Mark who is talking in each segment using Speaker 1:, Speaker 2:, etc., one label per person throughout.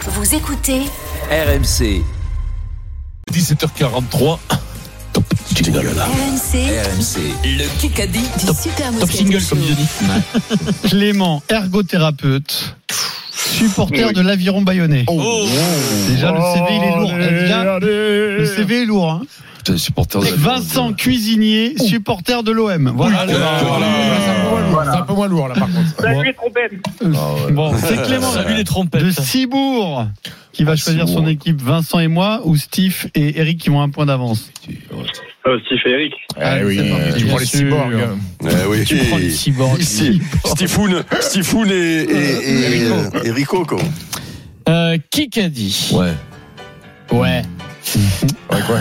Speaker 1: Vous écoutez
Speaker 2: RMC,
Speaker 3: 17h43. Top,
Speaker 1: RMC,
Speaker 2: RMC, le Kikadi.
Speaker 1: du Super
Speaker 3: top
Speaker 1: Moscato
Speaker 3: single,
Speaker 1: Show.
Speaker 3: comme dit Denis.
Speaker 4: Clément, ergothérapeute, supporter de l'aviron bayonnais. Déjà, le CV, il est lourd. Eh, Déjà, le CV est lourd. hein.
Speaker 5: T'es supporter de la
Speaker 4: Vincent Cuisinier, supporter de l'OM. Voilà.
Speaker 6: Ah,
Speaker 7: Euh,
Speaker 6: C'est un peu moins lourd là par contre.
Speaker 8: Salut les trompettes.
Speaker 7: Euh,
Speaker 4: Bon, c'est Clément
Speaker 5: Salut les
Speaker 4: de Cibourg qui va choisir son
Speaker 5: Ah, Cibourg.
Speaker 4: équipe, Vincent et moi, ou Steve et Eric qui ont un point d'avance.
Speaker 8: Oh, Steve et Eric.
Speaker 6: Ah oui, tu prends
Speaker 4: Bien
Speaker 6: les
Speaker 4: sûr.
Speaker 6: cyborgs.
Speaker 5: Eh oui.
Speaker 4: Tu prends les Cibourg.
Speaker 5: Ici, Stifoun, Stifoun et, et, et, Euh, et Rico, quoi.
Speaker 7: Euh, qui qu'a dit
Speaker 5: Ouais.
Speaker 7: Ouais.
Speaker 6: Ouais, quoi.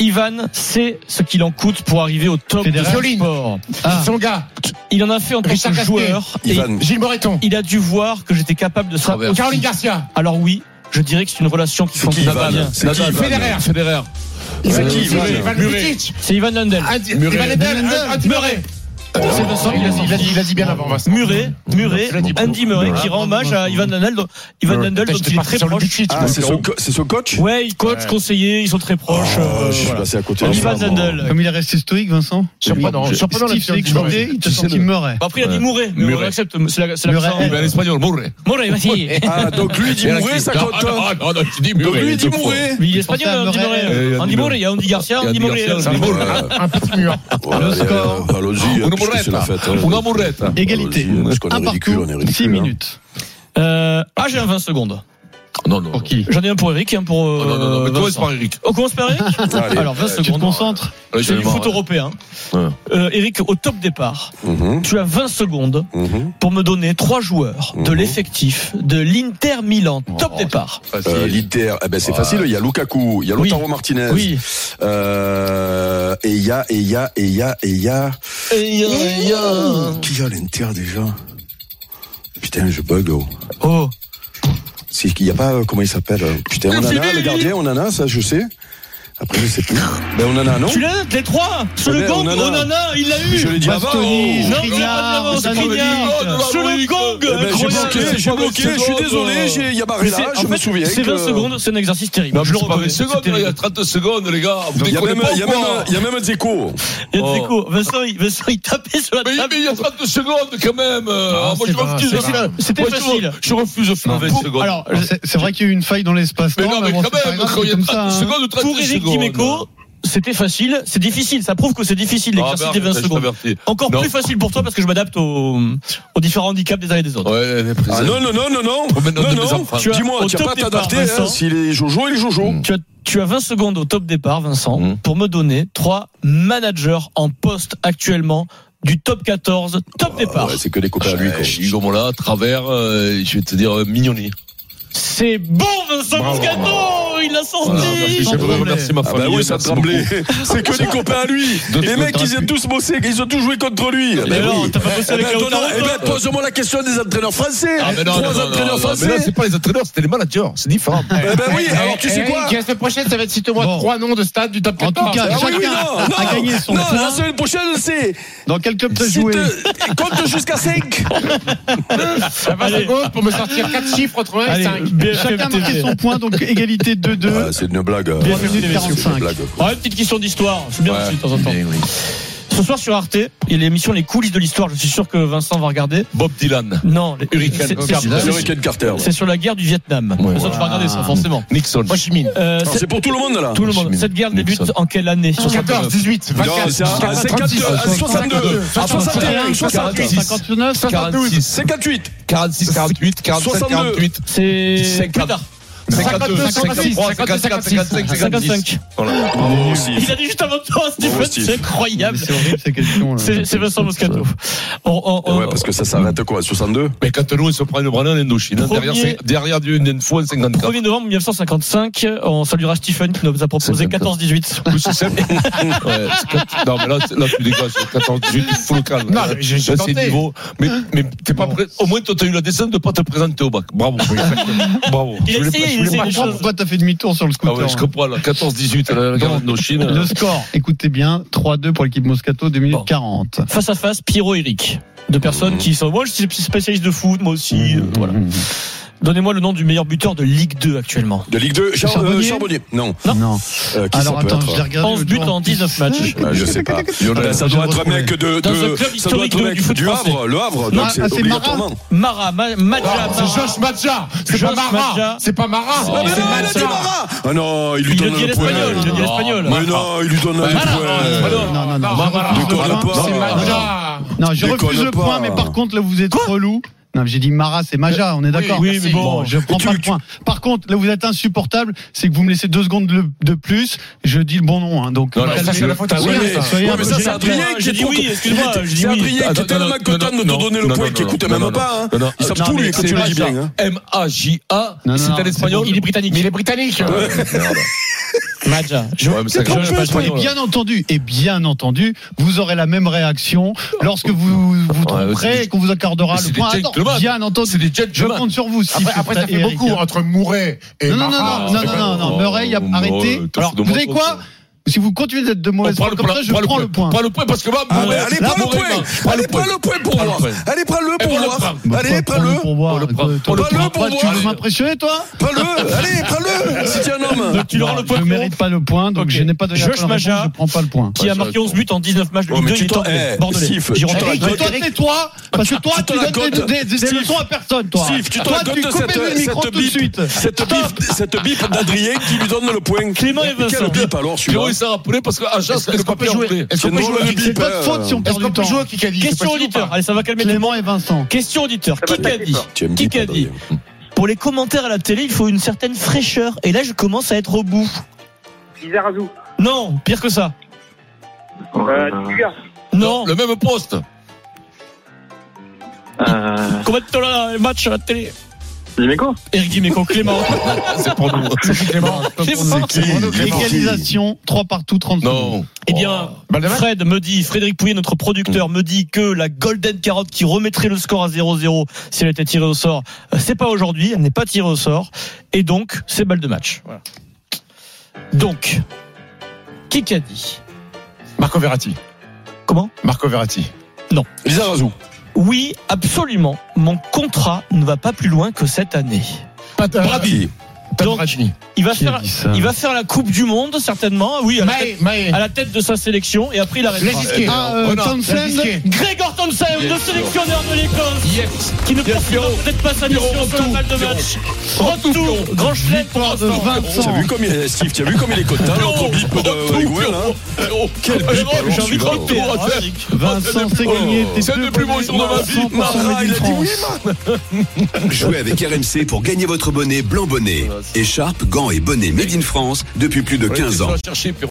Speaker 7: Ivan sait ce qu'il en coûte pour arriver au top
Speaker 4: Federer.
Speaker 7: du
Speaker 6: Fioline.
Speaker 7: sport.
Speaker 6: Son gars,
Speaker 7: Il en a fait en tant
Speaker 6: Richard
Speaker 7: que
Speaker 6: Gasquet.
Speaker 7: joueur. et
Speaker 5: Ivan.
Speaker 6: Gilles Moreton,
Speaker 7: il a dû voir que j'étais capable de ça.
Speaker 5: Travers.
Speaker 7: aussi.
Speaker 6: Caroline Garcia,
Speaker 7: Alors oui, je dirais que c'est une relation qui
Speaker 5: C'est qui,
Speaker 7: fonctionne pas bien.
Speaker 5: Ivan C'est qui,
Speaker 6: Federer,
Speaker 5: Federer.
Speaker 6: Ivan
Speaker 5: qui,
Speaker 6: Ivan-
Speaker 5: Murray.
Speaker 6: Ivan
Speaker 7: Murray.
Speaker 6: Lukic,
Speaker 7: C'est Ivan Lundell.
Speaker 6: Adi- Ivan Edel, Adi Murray.
Speaker 7: C'est Vincent qui
Speaker 6: Il
Speaker 7: l'a
Speaker 6: a
Speaker 7: sorti.
Speaker 6: dit- il a dit- il a dit bien avant Vincent.
Speaker 7: Murray, Murray,
Speaker 6: Il a dit
Speaker 7: Andy Murray qui rend hommage à Ivan Lundell. dont- Ivan
Speaker 6: Murray.
Speaker 7: Lundell dont
Speaker 6: J'étais
Speaker 7: il est
Speaker 6: parti
Speaker 7: très
Speaker 6: sur le
Speaker 7: proche.
Speaker 6: Lukic,
Speaker 5: Ah, c'est son, co- c'est son coach
Speaker 7: Ouais, il coach,
Speaker 6: Ouais.
Speaker 7: conseiller, ils sont très proches.
Speaker 5: Ah,
Speaker 7: euh,
Speaker 5: Je suis
Speaker 7: voilà.
Speaker 5: passé à côté. Ah, de
Speaker 7: Ivan
Speaker 5: ça, moi.
Speaker 7: Lundell.
Speaker 4: Comme il est resté stoïque, Vincent.
Speaker 6: Surprenant, surprenant la
Speaker 4: Steve s'est
Speaker 6: vision de
Speaker 4: excité,
Speaker 6: Gilles Moreton.
Speaker 4: il te sentit meuret.
Speaker 7: Bon, Après, il a dit Mouret, mais on
Speaker 3: Murray.
Speaker 7: l'accepte. C'est la- c'est l'accent.
Speaker 4: Murray. Ivan
Speaker 3: espagnol, Murray.
Speaker 7: Mouret, vas-y.
Speaker 5: Ah, donc lui, il dit mourir, ça compte.
Speaker 3: Ah,
Speaker 5: pas.
Speaker 3: non, non, tu dis
Speaker 5: Donc
Speaker 3: Murray.
Speaker 5: lui, il dit
Speaker 3: deux fois.
Speaker 5: mourir.
Speaker 7: Mais il est
Speaker 4: pensez
Speaker 7: espagnol,
Speaker 4: à
Speaker 7: Andy
Speaker 4: Murray.
Speaker 7: Murray. hein.
Speaker 3: Euh,
Speaker 7: Andy
Speaker 3: Andy
Speaker 7: Murray, il y a Andy Garcia,
Speaker 3: Et
Speaker 7: Andy
Speaker 3: Andy
Speaker 7: Murray. hein.
Speaker 3: Garcia,
Speaker 7: Andy
Speaker 3: c'est
Speaker 7: Murray.
Speaker 3: bon.
Speaker 5: Ah,
Speaker 6: Un petit mur.
Speaker 5: Voilà,
Speaker 4: Le
Speaker 5: allez,
Speaker 4: score.
Speaker 5: euh, Allons-y. hein,
Speaker 3: Una
Speaker 5: parce que c'est la
Speaker 3: murretta.
Speaker 5: fête, hein.
Speaker 3: Una murretta.
Speaker 4: Égalité.
Speaker 5: Allons-y, parce qu'on est
Speaker 4: Un
Speaker 5: ridicule,
Speaker 4: partout,
Speaker 5: on est ridicule,
Speaker 4: 6
Speaker 5: hein.
Speaker 4: minutes.
Speaker 7: Euh, ah, j'ai un 20 secondes.
Speaker 3: Non, non. non.
Speaker 4: Pour qui
Speaker 7: J'en ai un pour Eric et un pour.
Speaker 3: Oh, Non, non, non, non, mais
Speaker 7: euh,
Speaker 3: commence
Speaker 7: Vincent.
Speaker 3: par Eric.
Speaker 7: On commence par Eric
Speaker 5: Allez.
Speaker 7: Alors, 20
Speaker 4: Tu te
Speaker 7: secondes.
Speaker 4: concentres
Speaker 3: Allez,
Speaker 7: C'est du
Speaker 3: je vais
Speaker 7: foot
Speaker 3: voir.
Speaker 7: européen.
Speaker 3: Ouais.
Speaker 7: Euh, Eric, au top départ,
Speaker 5: Mhm,
Speaker 7: tu as 20 secondes
Speaker 5: mhm.
Speaker 7: pour me donner trois joueurs de
Speaker 5: Mhm.
Speaker 7: l'effectif de l'Inter Milan. Top
Speaker 3: Oh,
Speaker 7: départ.
Speaker 5: Euh,
Speaker 3: Facile.
Speaker 5: L'Inter, eh ben c'est
Speaker 3: Ouais.
Speaker 5: facile. Il y a Lukaku, il y a
Speaker 7: Oui.
Speaker 5: Lautaro Martinez,
Speaker 7: Oui.
Speaker 5: euh, et il y a, et il y a, et il y a, et il y a.
Speaker 7: Et, euh, il y a-
Speaker 5: Qui a l'Inter déjà Putain, je bug. Oh.
Speaker 7: Oh,
Speaker 5: C'est qu'il n'y a pas, euh, comment il s'appelle euh, Putain, on en a, le gardien, on en a, ça je sais. Après, je sais plus. Ben, on en a, non
Speaker 7: tu l'as, les trois Sur le
Speaker 5: Eh ben,
Speaker 7: gong,
Speaker 5: Onana.
Speaker 7: Onana, il l'a eu
Speaker 5: Je l'ai dit avant.
Speaker 4: Bastoni,
Speaker 5: oh.
Speaker 7: Non, mais
Speaker 4: Skriniar,
Speaker 7: pas de l'avance, Oh,
Speaker 4: Skriniar.
Speaker 7: Skriniar. Sur le gong
Speaker 5: Eh ben, j'ai
Speaker 7: incroyable.
Speaker 5: bloqué, j'ai bloqué, je suis désolé, j'ai- il y a
Speaker 7: Mais
Speaker 5: Barrella,
Speaker 7: c'est-
Speaker 5: oh. je
Speaker 7: en
Speaker 5: me
Speaker 7: fait,
Speaker 5: souviens.
Speaker 7: C'est 20
Speaker 5: que-
Speaker 7: secondes, c'est un exercice terrible.
Speaker 3: Non,
Speaker 7: je
Speaker 3: mais
Speaker 7: le
Speaker 3: c'est pas
Speaker 7: reconnais.
Speaker 3: 20
Speaker 7: c'est
Speaker 3: secondes, il y a
Speaker 7: terrible.
Speaker 3: 30 secondes, les gars. Vous
Speaker 5: Il y a
Speaker 3: déconnez
Speaker 5: même,
Speaker 3: pas
Speaker 5: il y a
Speaker 3: ou
Speaker 5: même,
Speaker 3: quoi
Speaker 5: il y a même Dzeko.
Speaker 7: Il y a Dzeko. Vincent, il- Vincent, Oh. il tapait sur la
Speaker 3: Mais
Speaker 7: table.
Speaker 3: mais il y a 30 secondes quand même.
Speaker 6: Ah,
Speaker 3: Ah, Moi,
Speaker 6: c'est
Speaker 3: je
Speaker 6: pas,
Speaker 3: refuse
Speaker 6: c'est
Speaker 3: de faire.
Speaker 7: C'était
Speaker 3: Moi, je
Speaker 7: facile.
Speaker 3: re- Je refuse de faire 20
Speaker 4: Pour-
Speaker 3: secondes.
Speaker 4: Alors, c'est- c'est vrai qu'il y a eu une faille dans l'espace.
Speaker 3: Mais non, mais
Speaker 4: bon,
Speaker 3: quand
Speaker 4: c'est pas
Speaker 3: même,
Speaker 4: grave,
Speaker 3: quand il y
Speaker 4: c'est
Speaker 3: a
Speaker 4: comme ça,
Speaker 3: 30
Speaker 4: hein.
Speaker 3: secondes ou 30 secondes.
Speaker 7: Pour Eric Dimeco, c'était facile. C'est difficile. Ça prouve que c'est difficile
Speaker 3: Ah,
Speaker 7: l'exercice des 20
Speaker 3: merde, je
Speaker 7: secondes.
Speaker 3: t'avertis.
Speaker 7: Encore
Speaker 3: Non.
Speaker 7: plus facile pour toi parce que je m'adapte aux, aux différents handicaps des uns et des autres.
Speaker 3: Ouais, les
Speaker 5: Ah,
Speaker 3: présents.
Speaker 5: non, non, non, non, non.
Speaker 7: Oh,
Speaker 3: Pour maintenant
Speaker 5: Non,
Speaker 3: de mes
Speaker 5: non.
Speaker 3: enfants.
Speaker 7: Tu as-
Speaker 5: Dis-moi,
Speaker 7: au
Speaker 5: tu n'as
Speaker 7: top
Speaker 5: pas à
Speaker 7: départ,
Speaker 5: t'adapter. hein.
Speaker 7: Vincent. Mmh.
Speaker 5: S'il est Jojo, il est Jojo.
Speaker 3: Mm.
Speaker 7: Tu as, tu as 20 secondes au top départ, Vincent,
Speaker 3: Mhm.
Speaker 7: pour me donner trois managers en poste actuellement du top 14, top
Speaker 5: Ah
Speaker 7: départ.
Speaker 5: ouais, c'est que des copains à lui.
Speaker 7: Ah,
Speaker 5: quoi.
Speaker 3: Euh, Hugo Mola, travers, euh, je vais te dire euh, mignonnet.
Speaker 7: C'est bon, Vincent
Speaker 6: Bravo.
Speaker 7: Moscato Il l'a
Speaker 3: Voilà, merci,
Speaker 7: sorti
Speaker 3: je voudrais
Speaker 4: problème.
Speaker 3: remercier ma
Speaker 5: Ah bah
Speaker 3: famille.
Speaker 5: oui, ça
Speaker 3: merci
Speaker 5: tremblait. C'est que des copains à lui.
Speaker 3: Deux
Speaker 5: Les
Speaker 3: secondes
Speaker 5: mecs, ils ont
Speaker 3: gratuites.
Speaker 5: tous bossé, ils ont tous joué contre lui. Ah
Speaker 7: Mais
Speaker 5: bah
Speaker 7: alors,
Speaker 5: oui.
Speaker 7: t'as pas bossé
Speaker 5: Eh
Speaker 7: avec
Speaker 5: ben,
Speaker 7: Lautaro,
Speaker 5: donnons- eh
Speaker 7: toi
Speaker 5: ben, pose-moi la question des entraîneurs français.
Speaker 3: Ah, mais non, non,
Speaker 5: Trois
Speaker 3: non, non,
Speaker 5: entraîneurs
Speaker 3: non, mais là,
Speaker 5: français.
Speaker 3: c'est pas les entraîneurs, c'était les managers, c'est différent.
Speaker 5: Eh ben oui, alors tu sais quoi
Speaker 6: La semaine prochaine, ça va être cite moi
Speaker 4: Bon.
Speaker 6: trois noms de stades du top
Speaker 4: En
Speaker 6: 14.
Speaker 4: tout cas,
Speaker 5: Ah oui,
Speaker 4: eh, chacun
Speaker 5: non,
Speaker 4: a
Speaker 5: non,
Speaker 4: gagné son
Speaker 5: non,
Speaker 4: point.
Speaker 5: la semaine prochaine, c'est.
Speaker 4: Dans quel club t'as
Speaker 5: si
Speaker 4: joué
Speaker 5: te- Compte jusqu'à 5.
Speaker 6: ça va
Speaker 7: Allez.
Speaker 6: à gauche Ah, pour me sortir quatre chiffres entre 1 et
Speaker 7: Allez, Ah,
Speaker 6: 5.
Speaker 7: BFM
Speaker 4: Chacun a marqué
Speaker 7: TV.
Speaker 4: son point, donc égalité 2-2.
Speaker 5: C'est une blague.
Speaker 7: Bien
Speaker 5: C'est
Speaker 7: sûr,
Speaker 5: une
Speaker 4: messieurs.
Speaker 5: blague.
Speaker 7: Ah, une petite question d'histoire. Je suis bien aussi de temps en temps.
Speaker 3: Bien, Eh oui.
Speaker 7: Ce soir sur Arte, il y a l'émission Les coulisses de l'histoire. Je suis sûr que Vincent va regarder.
Speaker 3: Bob Dylan,
Speaker 7: Non, les-
Speaker 3: Hurricane,
Speaker 7: c'est-
Speaker 3: Bob
Speaker 7: c'est-
Speaker 3: Dylan.
Speaker 5: C'est
Speaker 7: c'est-
Speaker 5: le Ricket Carter. là.
Speaker 7: c'est sur la guerre du Vietnam.
Speaker 3: Ouais.
Speaker 7: Ça, tu vas regarder ça, forcément.
Speaker 3: Nixon.
Speaker 7: Moi, Euh,
Speaker 5: Alors,
Speaker 7: c'est-
Speaker 5: Ah, C'est pour tout le monde là.
Speaker 7: tout le monde.
Speaker 3: Nixon.
Speaker 7: Cette guerre débute
Speaker 3: Nixon.
Speaker 7: en quelle année
Speaker 6: 14, 18,
Speaker 5: Non,
Speaker 6: 24,
Speaker 5: c'est à-
Speaker 3: Ah,
Speaker 5: à 52, à 62, à 61, 68,
Speaker 4: 59,
Speaker 3: 46,
Speaker 5: 58.
Speaker 3: 46, 48, 47, 48,
Speaker 7: C'est
Speaker 3: 50.
Speaker 7: plus tard.
Speaker 3: 52, 53, 54, 55, 56.
Speaker 7: 55.
Speaker 5: Voilà. Bravo aussi.
Speaker 7: Il a dit juste avant toi, Stephen.
Speaker 5: Bravo, Steve.
Speaker 7: C'est incroyable.
Speaker 4: C'est horrible ces questions. là.
Speaker 7: C'est c'est Vincent Moscato. On- on- on-
Speaker 5: Ouais, parce que ça s'arrête quoi, 62
Speaker 3: Mais quand nous, ils se prennent le bras en Indochine. hein,
Speaker 7: Premier-
Speaker 3: Derrière, c'est- derrière du Nenfo en 54.
Speaker 7: 1er novembre 1955, on saluera Stephen qui nous a proposé 14-18.
Speaker 3: Plus c'est simple. Ouais, c'est quatre- Non, mais là, c'est- là tu dégages. 14, 18, il faut le calme.
Speaker 6: Non,
Speaker 3: Là,
Speaker 6: mais j'ai- j'ai
Speaker 3: là, c'est
Speaker 6: tenté.
Speaker 3: niveau. Mais, mais t'es pas prêt. Au moins, toi, t'as eu la décence de pas te présenter au bac. Bravo. Bravo.
Speaker 7: Il a
Speaker 3: Je voulais
Speaker 7: essayé,
Speaker 3: pas-
Speaker 7: il
Speaker 3: je
Speaker 7: a
Speaker 3: voulais
Speaker 7: essayé
Speaker 3: pas
Speaker 7: les
Speaker 4: Je comprends
Speaker 7: choses.
Speaker 4: Pourquoi t'as fait demi-tour sur le
Speaker 3: Ah
Speaker 4: scooter hein.
Speaker 3: ouais, je comprends, là. euh, 14-18, la la guerre d'Indochine.
Speaker 4: Le score, écoutez bien, 3-2 pour l'équipe Moscato, 2 minutes
Speaker 7: Bon.
Speaker 4: 40.
Speaker 7: Face à face, Pierrot Eric. Deux personnes qui sont. Moi, je suis spécialiste de foot, moi aussi. euh, voilà. Donnez-moi le nom du meilleur buteur de Ligue 2 actuellement.
Speaker 5: De Ligue 2, Char- euh,
Speaker 4: Charbonnier
Speaker 5: Charbonnier. Non.
Speaker 4: Non.
Speaker 5: Euh, qui
Speaker 4: Alors
Speaker 5: ça peut
Speaker 4: attends,
Speaker 5: être
Speaker 4: je l'ai regardé.
Speaker 7: 11 buts en 19 matchs.
Speaker 5: Bah, je sais pas.
Speaker 4: Alors,
Speaker 5: ça
Speaker 4: je
Speaker 5: doit être un
Speaker 4: retrouve.
Speaker 5: mec de,
Speaker 7: Dans un
Speaker 5: de
Speaker 7: club
Speaker 5: ça doit
Speaker 7: historique
Speaker 5: être un
Speaker 7: de-
Speaker 5: mec
Speaker 7: du foot
Speaker 5: du Havre,
Speaker 7: français.
Speaker 5: le Havre.
Speaker 4: Non,
Speaker 5: Donc
Speaker 4: ah,
Speaker 5: c'est
Speaker 4: c'est
Speaker 5: obligatoirement.
Speaker 7: Mara, Ma- Madja,
Speaker 6: Ah, C'est Josh Madja. C'est pas
Speaker 7: Josh
Speaker 6: Mara.
Speaker 7: Madja.
Speaker 6: C'est pas Mara.
Speaker 7: Oh,
Speaker 5: Ah, mais
Speaker 7: c'est
Speaker 5: non, il a
Speaker 7: Madja.
Speaker 5: dit Mara. Ah non, il lui
Speaker 7: Il
Speaker 5: donne
Speaker 7: le dit
Speaker 5: le point.
Speaker 7: l'espagnol. Il le dit
Speaker 3: Non.
Speaker 7: l'espagnol.
Speaker 5: Mais non, il lui donne le
Speaker 4: Ah,
Speaker 5: point.
Speaker 4: non, non, non, non,
Speaker 6: Mara,
Speaker 4: je
Speaker 6: Mara,
Speaker 4: refuse
Speaker 5: Déconne
Speaker 4: le
Speaker 5: pas.
Speaker 4: point.
Speaker 5: Non,
Speaker 6: C'est
Speaker 5: non,
Speaker 6: Madja.
Speaker 4: Non, je
Speaker 5: Déconne
Speaker 4: refuse le
Speaker 5: pas.
Speaker 4: point, mais par contre, là, vous êtes relou. Non, mais j'ai dit Mara, c'est Maja, on est d'accord.
Speaker 7: Oui, mais bon.
Speaker 4: je prends pas le point. Par contre, là, vous êtes insupportable, c'est que vous me laissez deux secondes le- de plus. Je dis le bon nom, hein, donc.
Speaker 3: Non,
Speaker 4: bah,
Speaker 3: non,
Speaker 6: Ça, c'est la faute à
Speaker 4: Oui,
Speaker 5: Ouais,
Speaker 6: William,
Speaker 5: mais-
Speaker 6: ça.
Speaker 4: soyez
Speaker 5: ouais,
Speaker 4: un
Speaker 5: mais
Speaker 4: peu
Speaker 5: ça, c'est
Speaker 4: gentil.
Speaker 5: Adrien
Speaker 7: J'ai
Speaker 5: qui
Speaker 7: dit oui, excuse-moi, j'ai dit oui.
Speaker 5: C'est
Speaker 3: Ah,
Speaker 5: Adrien qui est tellement content de te donner le point et qui écoutait même pas. hein. Il s'en fout, lui, quand tu le dis bien. hein.
Speaker 3: M-A-J-A,
Speaker 4: Non,
Speaker 3: c'est
Speaker 4: non,
Speaker 3: un
Speaker 4: c'est
Speaker 3: espagnol.
Speaker 4: bon.
Speaker 7: Il est britannique.
Speaker 6: Mais il est britannique.
Speaker 7: Madja. Je-
Speaker 3: Ouais, mais ça
Speaker 7: je-
Speaker 3: crache
Speaker 7: je-
Speaker 3: pas,
Speaker 7: je-
Speaker 4: Et bien entendu, et bien entendu, vous aurez la même réaction lorsque vous vous
Speaker 3: c'est
Speaker 4: tromperez
Speaker 3: des-
Speaker 4: et qu'on vous accordera
Speaker 3: c'est
Speaker 4: le
Speaker 3: des
Speaker 4: point.
Speaker 3: gentlemen.
Speaker 4: Attends, bien
Speaker 3: C'est
Speaker 4: entendu,
Speaker 3: des
Speaker 4: je
Speaker 3: gentlemen.
Speaker 4: compte sur vous. si
Speaker 6: Après,
Speaker 4: c'est
Speaker 6: après, ça fait
Speaker 4: Eric,
Speaker 6: beaucoup Ah,
Speaker 4: hein.
Speaker 6: entre Mouret et
Speaker 4: Non, non,
Speaker 6: Mara.
Speaker 4: non, non, non, non, non, Murray, il a arrêté.
Speaker 3: euh, t'as
Speaker 4: Alors,
Speaker 3: fait de
Speaker 4: vous
Speaker 3: moi
Speaker 4: savez
Speaker 3: ton
Speaker 4: quoi Si vous continuez d'être de mauvaise foi comme ça, je prends le point.
Speaker 3: Prends le point parce que moi,
Speaker 5: Ah,
Speaker 3: Murray-
Speaker 5: mais allez,
Speaker 3: là,
Speaker 5: prends le
Speaker 3: Murray,
Speaker 5: point.
Speaker 3: prends
Speaker 5: Allez,
Speaker 3: le
Speaker 5: prends
Speaker 3: point.
Speaker 5: le point pour
Speaker 3: Prends le
Speaker 5: voir.
Speaker 3: point.
Speaker 5: Allez, prends-le
Speaker 3: Et
Speaker 5: pour
Speaker 3: on le
Speaker 5: voir.
Speaker 4: Bah,
Speaker 5: Allez,
Speaker 4: prends- prends-le
Speaker 5: prends-le.
Speaker 4: pour voir.
Speaker 3: On le prend.
Speaker 4: Toi,
Speaker 3: On le
Speaker 4: toi, tu
Speaker 5: prend
Speaker 4: veux
Speaker 5: pour
Speaker 4: pas- Tu
Speaker 5: voir.
Speaker 4: veux m'impressionner, toi
Speaker 5: Prends-le. Allez, prends-le. Si tu es un homme.
Speaker 7: Tu leur as
Speaker 4: Non,
Speaker 7: le point,
Speaker 4: Je ne
Speaker 7: frérot.
Speaker 4: mérite pas le point, donc
Speaker 7: Ok.
Speaker 4: je n'ai pas donné la
Speaker 7: Josh
Speaker 4: bonne réponse,
Speaker 7: Maja.
Speaker 4: je prends pas le point.
Speaker 7: Qui a marqué 11 buts en 19 matchs de
Speaker 5: Oh,
Speaker 7: Ligue
Speaker 5: mais
Speaker 7: 2
Speaker 5: tu
Speaker 7: il est
Speaker 5: t'en-
Speaker 7: Bordelais.
Speaker 5: eh,
Speaker 7: Bordelais.
Speaker 5: Steve,
Speaker 7: Giron-
Speaker 5: tu t'en-
Speaker 4: Eric,
Speaker 5: Toi,
Speaker 4: toi,
Speaker 5: Eric.
Speaker 4: tais-toi, parce que toi,
Speaker 5: tu t'en
Speaker 4: tu
Speaker 5: la
Speaker 4: donnes
Speaker 5: gomme.
Speaker 4: des, des, des
Speaker 5: Steve.
Speaker 4: leçons à personne, toi.
Speaker 5: Steve, tu te
Speaker 4: toi, tu
Speaker 5: racontes
Speaker 4: coupes
Speaker 5: cette, euh,
Speaker 4: le micro
Speaker 5: cette
Speaker 4: tout de
Speaker 5: bip-
Speaker 4: suite.
Speaker 5: cette bip, cette bip d'Adrien qui lui donne le point.
Speaker 7: Clément et
Speaker 5: Mais
Speaker 7: Vincent.
Speaker 5: Quel bip alors
Speaker 3: Pierrot,
Speaker 5: celui-là
Speaker 3: il s'est rappelé parce que Ajax,
Speaker 6: Est-ce
Speaker 3: le
Speaker 6: qu'on peut
Speaker 3: papier
Speaker 6: jouer
Speaker 3: anglais.
Speaker 6: Est-ce
Speaker 5: C'est
Speaker 6: qu'on peut
Speaker 5: drôle
Speaker 6: jouer
Speaker 5: le
Speaker 6: au-
Speaker 5: bip.
Speaker 4: C'est pas
Speaker 5: euh,
Speaker 4: de faute si on
Speaker 6: Est-ce
Speaker 4: perd
Speaker 6: qu'on
Speaker 4: du
Speaker 6: peut jouer
Speaker 4: temps.
Speaker 6: au Kikadi Je sais pas
Speaker 7: Question
Speaker 6: si on
Speaker 7: auditeur.
Speaker 6: parle.
Speaker 7: Allez, ça va calmer Clément.
Speaker 4: Clément et Vincent.
Speaker 7: Question auditeur.
Speaker 8: Ça va
Speaker 7: Qui qu'a
Speaker 8: taper
Speaker 7: dit
Speaker 8: fort.
Speaker 5: Tu aimes
Speaker 7: Qui
Speaker 5: bien,
Speaker 7: qu'a
Speaker 5: toi,
Speaker 7: dit Pour les commentaires à la télé, il faut une certaine fraîcheur. Et là, je commence à être au bout.
Speaker 8: Lizarazu.
Speaker 7: Non, pire que ça.
Speaker 8: Euh, Digger.
Speaker 7: Non.
Speaker 3: Le même poste.
Speaker 9: Euh,
Speaker 7: Combien de temps là, le match à la télé
Speaker 9: Dimeco
Speaker 7: Eric Dimeco, Clément.
Speaker 3: C'est pour nous.
Speaker 6: Clément.
Speaker 7: Clément.
Speaker 5: Clément.
Speaker 4: Égalisation, 3 partout, 35.
Speaker 3: Non.
Speaker 7: Eh bien,
Speaker 4: Bah,
Speaker 6: Baldemar
Speaker 7: Fred me dit, Frédéric Pouillet, notre producteur,
Speaker 4: Mm.
Speaker 7: me dit que la Golden Carotte qui remettrait le score à 0-0 si elle était tirée au sort, euh, c'est pas aujourd'hui, elle n'est pas tirée au sort. Et donc, c'est balle de match. Voilà. Donc, qui qu'a dit
Speaker 6: Marco Verratti.
Speaker 7: Comment
Speaker 6: Marco Verratti.
Speaker 5: Lisa Razou.
Speaker 7: Oui, absolument, mon contrat ne va pas plus loin que cette année.
Speaker 4: Ah
Speaker 5: Brady.
Speaker 7: Donc,
Speaker 6: Verratti.
Speaker 7: il va,
Speaker 4: Qui a
Speaker 7: faire,
Speaker 4: dit ça
Speaker 7: il va faire la Coupe du Monde, certainement, oui, à la, tête,
Speaker 6: Maé, Maé.
Speaker 7: à la tête de sa sélection, et après il arrêtera.
Speaker 6: Lesisquet.
Speaker 4: Ah, euh,
Speaker 6: Renard.
Speaker 4: Townsend.
Speaker 6: Lesisquet.
Speaker 7: Grégor Thompson, le
Speaker 3: Yes,
Speaker 7: sélectionneur de l'Écosse,
Speaker 3: Yes.
Speaker 7: qui ne
Speaker 3: Yes,
Speaker 7: portera
Speaker 3: Pierrot.
Speaker 7: peut-être pas sa
Speaker 3: Pierrot,
Speaker 7: mission sur la
Speaker 3: retour.
Speaker 7: balle de match. Retour, grand chelem pour
Speaker 4: Victoire de
Speaker 7: l'instant.
Speaker 5: Tu as
Speaker 4: Vincent.
Speaker 5: vu comme il est, Steve, tu as vu comme il est content, l'autre bip de Higuain, là hein.
Speaker 3: Oh,
Speaker 5: Quel bip alors,
Speaker 7: eh J'ai envie de
Speaker 5: celui-là,
Speaker 7: répéter,
Speaker 5: alors.
Speaker 7: hein,
Speaker 4: Vincent, c'est
Speaker 5: Oh,
Speaker 4: gagné. tes
Speaker 3: c'est le
Speaker 4: deux
Speaker 3: plus beau
Speaker 4: premiers
Speaker 3: jour de ma vie.
Speaker 4: points pour
Speaker 5: Mara,
Speaker 4: Samedi
Speaker 5: il a dit
Speaker 4: France.
Speaker 5: oui,
Speaker 10: Jouez avec RMC pour gagner votre bonnet blanc bonnet. Écharpe, gants et bonnet made in France depuis plus de 15 ans.
Speaker 3: chercher, Pierrot.